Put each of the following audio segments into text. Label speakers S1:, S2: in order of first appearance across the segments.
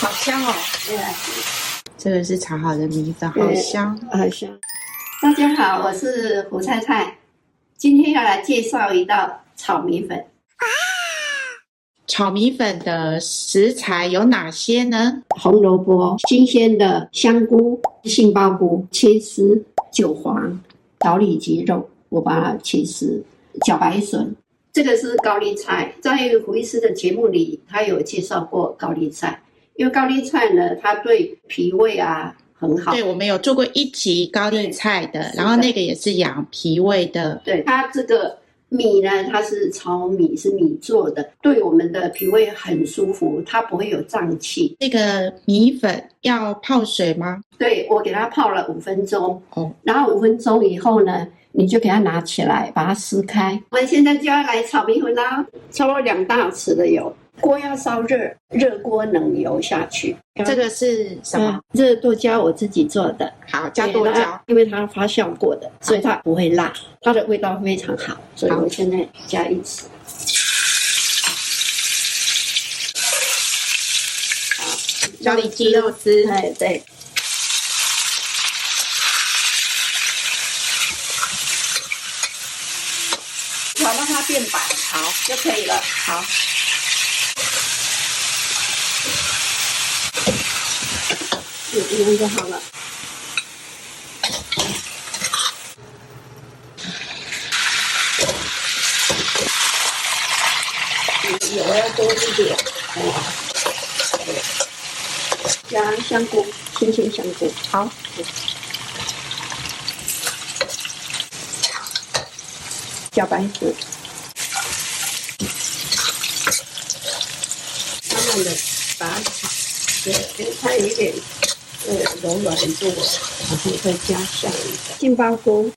S1: 好香哦！
S2: 对啊，
S1: 这个是炒好的米粉，好
S2: 对
S1: 香。
S2: 很香。呃大家好，我是胡菜菜，今天要来介绍一道炒米粉。
S1: 炒米粉的食材有哪些呢？
S2: 红萝卜、新鲜的香菇、杏鲍菇切丝、韭黄、小里脊肉，我把它切丝，小白笋。这个是高丽菜，在胡医师的节目里，他有介绍过高丽菜，因为高丽菜呢，它对脾胃啊很好。
S1: 对，我们有做过一集高丽菜
S2: 对
S1: 的，
S2: 是的
S1: 然后那个也是养脾胃的。
S2: 对它这个米呢，它是糙米，是米做的，对我们的脾胃很舒服，它不会有胀气。
S1: 那个米粉要泡水吗？
S2: 对我给它泡了五分钟，
S1: 哦，
S2: 然后五分钟以后呢，你就给它拿起来，把它撕开。我们现在就要来炒米粉啦，差不多两大匙的油，锅要烧热，热锅冷油下去。
S1: 这个是什么？
S2: 嗯这个剁椒我自己做的，
S1: 好，加剁
S2: 对
S1: 椒
S2: 它。因为它发酵过的，所以它不会辣，它的味道非常好，所以
S1: 好
S2: 我现在加一匙。
S1: 小里肌肉丝，
S2: 哎，对。好，让它变白，好就可以了。好，有一样就好了。油要多一点。加香菇，新鲜香菇。
S1: 好，
S2: 小白薯，慢慢的把它炒，对，因为它有一点呃柔软度，然后再加上杏鲍菇、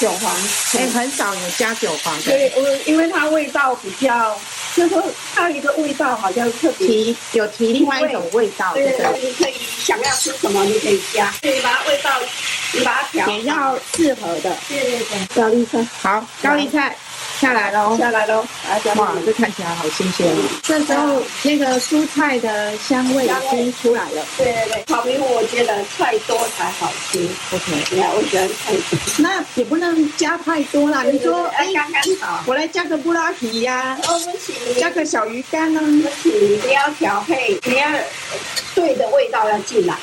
S2: 韭黄，
S1: 哎，很少有加韭黄
S2: 所
S1: 的，
S2: 以我因为它味道比较，就是说它有一个味道好像特别
S1: 提有提另外一种味道，
S2: 对
S1: 对不对？
S2: 你可以想要吃什么，你可以加，你把它味道，你把它调
S1: 比较
S2: 适合的。对对对，高丽菜
S1: 好，高丽菜下来喽。
S2: 下来喽，把它加
S1: 哇
S2: 上，
S1: 这看起来好新鲜哦！这时候那个蔬菜的香味已经出来了。
S2: 对对对，炒米粉我觉得菜多才好吃，
S1: OK，
S2: 对啊，我喜欢菜多。
S1: 那也不能加太多啦。你说，哎
S2: 哎，，刚刚好。
S1: 我来加个布拉提呀、
S2: 哦，不行，
S1: 加个小鱼干啊。
S2: 不行，你要调配，你要对的味道要进来，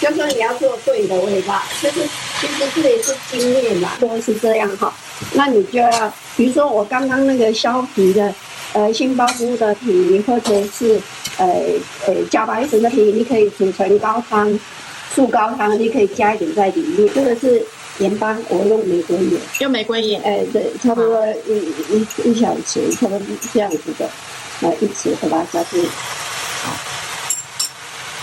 S2: 就说你要做对的味道，就是其实这也是经验啦，都是这样哈。那你就要，比如说我刚刚那个削皮的，呃，杏鲍菇的皮，或者是呃呃茭白笋的皮，你可以煮成高汤、素高汤，你可以加一点在里面。这个是盐巴，我用玫瑰盐。
S1: 用玫瑰叶，
S2: 哎，对，差不多一一一小匙，差不多这样子的，呃，一匙把它加进去。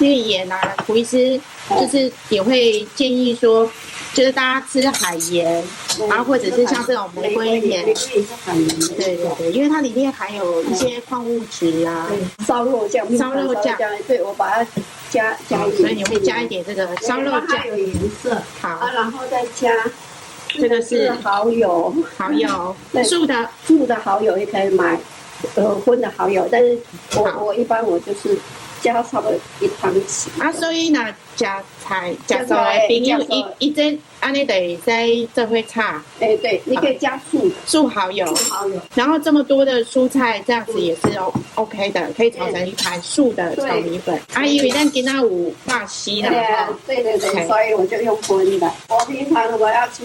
S1: 那个盐啊，胡医师就是也会建议说，就是大家吃海盐，然后或者是像这种玫瑰盐
S2: 玫瑰盐是很浓的，
S1: 对对对，因为它里面含有一些矿物质啊，
S2: 对，烧肉酱，
S1: 烧肉酱，
S2: 对我把它加加一
S1: 哦
S2: 点，
S1: 所以你会加一点这个
S2: 对
S1: 烧肉
S2: 让它
S1: 酱。
S2: 有颜色啊，
S1: 好，
S2: 然后再加
S1: 这个是
S2: 蚝油，
S1: 好友
S2: 对
S1: 素的，
S2: 醋的蚝油也可以买，呃，荤的蚝油，但是我
S1: 好
S2: 我一般我就是加差不多一汤匙。
S1: 啊，所以若食菜、食素
S2: 食素的
S1: 的朋友
S2: 食素的
S1: 伊伊这安尼得在这会差
S2: 哎，对，你可以加醋，
S1: 素好友，
S2: 醋蚝油。
S1: 然后这么多的蔬菜，这样子也是 O OK 的，可以炒成一盘素的炒米粉。啊，因为咱今仔有法西啦，
S2: 对啊
S1: 吼，
S2: 对对对，
S1: OK
S2: 所以我就用荤的。我平常如果要吃，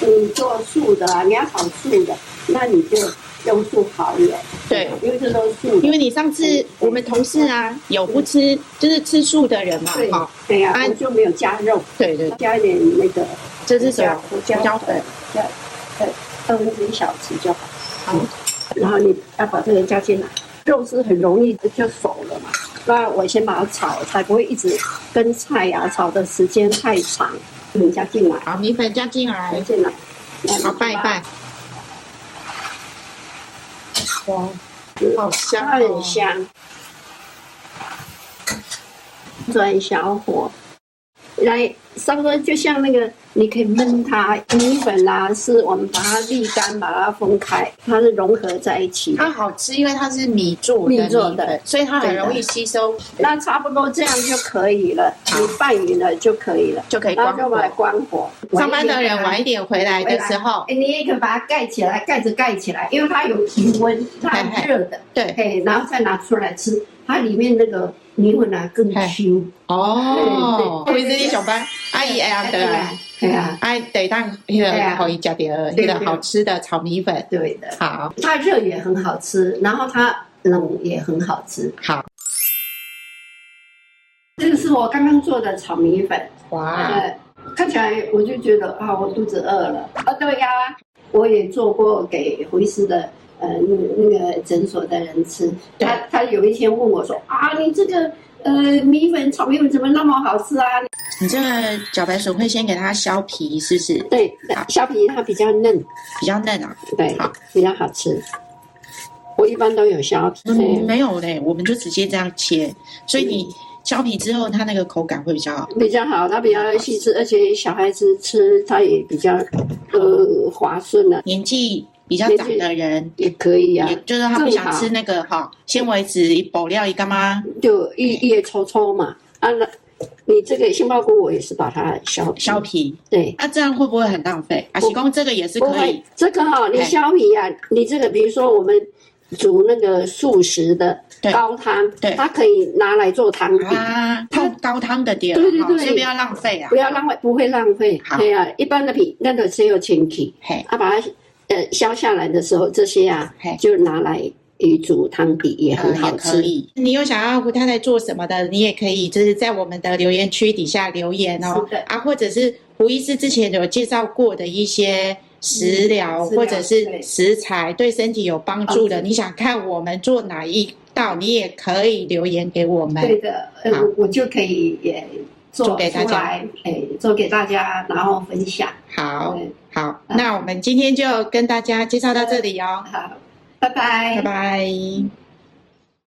S2: 嗯，做素的啊，你要炒素的，那你就用素蚝油。
S1: 对，
S2: 因为这都是素
S1: 因
S2: 的。
S1: 为你上次我们同事啊有不吃，就是吃素的人嘛，
S2: 对
S1: 哈，
S2: 对呀、
S1: 啊
S2: 我就没有加肉，
S1: 对对，对
S2: 加一点那个
S1: 这是什么？
S2: 胡
S1: 胡椒
S2: 椒
S1: 粉
S2: 粉，对，对，二分之一小匙就好。
S1: 好，
S2: 然后你要把这个加进来，肉是很容易就熟了嘛。那我先把它炒，才不会一直跟菜呀、炒的时间太长。你加进来，
S1: 好，米粉加进
S2: 加
S1: 来，
S2: 进来，然后
S1: 好拌一拌。
S2: 哦
S1: 哇，好香
S2: 它
S1: 哦
S2: 很！香。转小火，来差不多就像那个，你可以焖它，米粉啦、是我们把它沥干，把它分开，它是融合在一起的。
S1: 它好吃，因为它是米做的
S2: 米做的
S1: 粉所以它很容易吸收，
S2: 那差不多这样就可以了，你拌匀了就可以了，
S1: 就可以
S2: 然
S1: 关
S2: 后就把它
S1: 火。
S2: 关火。
S1: 上班的人晚一点回来的时候，
S2: 哎，你也可以把它盖起来，盖子盖起来，因为它有体温，它
S1: 嘿嘿
S2: 热的，
S1: 对，
S2: 嘿，然后再拿出来吃，它里面那个米粉啊更
S1: 嘿
S2: Q。
S1: 哦，
S2: 对
S1: 惠
S2: 对
S1: 子你上班，阿姨会晓得啊，
S2: 对啊，
S1: 哎，对，当迄
S2: 对啊
S1: 个可以食着迄
S2: 对对
S1: 个好吃的炒米粉，
S2: 对的，
S1: 好
S2: 它热也很好吃，然后它冷也很好吃。
S1: 好
S2: 这个是我刚刚做的炒米粉，
S1: 哇，
S2: 呃，看起来我就觉得啊，我肚子饿了。啊，对呀、我也做过给胡医师的。呃，那那个诊所的人吃，
S1: 对
S2: 他他有一天问我说啊，你这个呃米粉炒米粉怎么那么好吃啊？
S1: 你这个茭白笋会先给它削皮，是不是
S2: 对
S1: 好，
S2: 削皮它比较嫩，
S1: 比较嫩啊？
S2: 对
S1: 好，
S2: 比较好吃。我一般都有削皮，
S1: 嗯，没有嘞，我们就直接这样切，所以你削皮之后，它那个口感会比较好。
S2: 比较好，它比较细致，而且小孩子吃它也比较呃滑顺啊，
S1: 年纪比较长的人，
S2: 也可以啊
S1: 也，就是他不想吃那个哈纤维质补料，伊干嘛？
S2: 就叶叶抽抽嘛啊那。你这个杏鲍菇，我也是把它削皮
S1: 削，皮，啊
S2: 对，
S1: 那、这样会不会很浪费？啊，
S2: 不
S1: 喜公这个也是
S2: 不
S1: 可以
S2: 会，这个哈、你
S1: 哎
S2: 削皮呀、啊，你这个比如说我们煮那个素食的
S1: 对
S2: 高汤，
S1: 对
S2: 它可以拿来做汤底，
S1: 啊，汤高汤的点，
S2: 对对
S1: 哈
S2: 对
S1: 所以不要浪费啊，
S2: 不要浪费，不会浪费
S1: 好。
S2: 对呀、一般的皮那个只有前皮，
S1: 嘿，
S2: 啊，把它呃削下来的时候，这些啊
S1: 嘿
S2: 就拿来鱼煮汤底也
S1: 呃
S2: 很
S1: 也
S2: 好
S1: 可
S2: 吃。
S1: 以。你有想要胡太太做什么的，你也可以就是在我们的留言区底下留言哦
S2: 是的，
S1: 啊，或者是胡医师之前有介绍过的一些。食疗
S2: 嗯食疗
S1: 或者是
S2: 对
S1: 食材对身体有帮助的，
S2: 帮助
S1: 你想看我们做哪一道，你也可以留言给我们。
S2: 对的，呃
S1: 哎好，
S2: 我就可以也做
S1: 做给大家
S2: 出来，哎，做给大家，然后分享。
S1: 好
S2: 对
S1: 好，
S2: 嗯
S1: 那我们今天就跟大家介绍到这里哦，
S2: 好，拜
S1: 拜
S2: 拜
S1: 拜。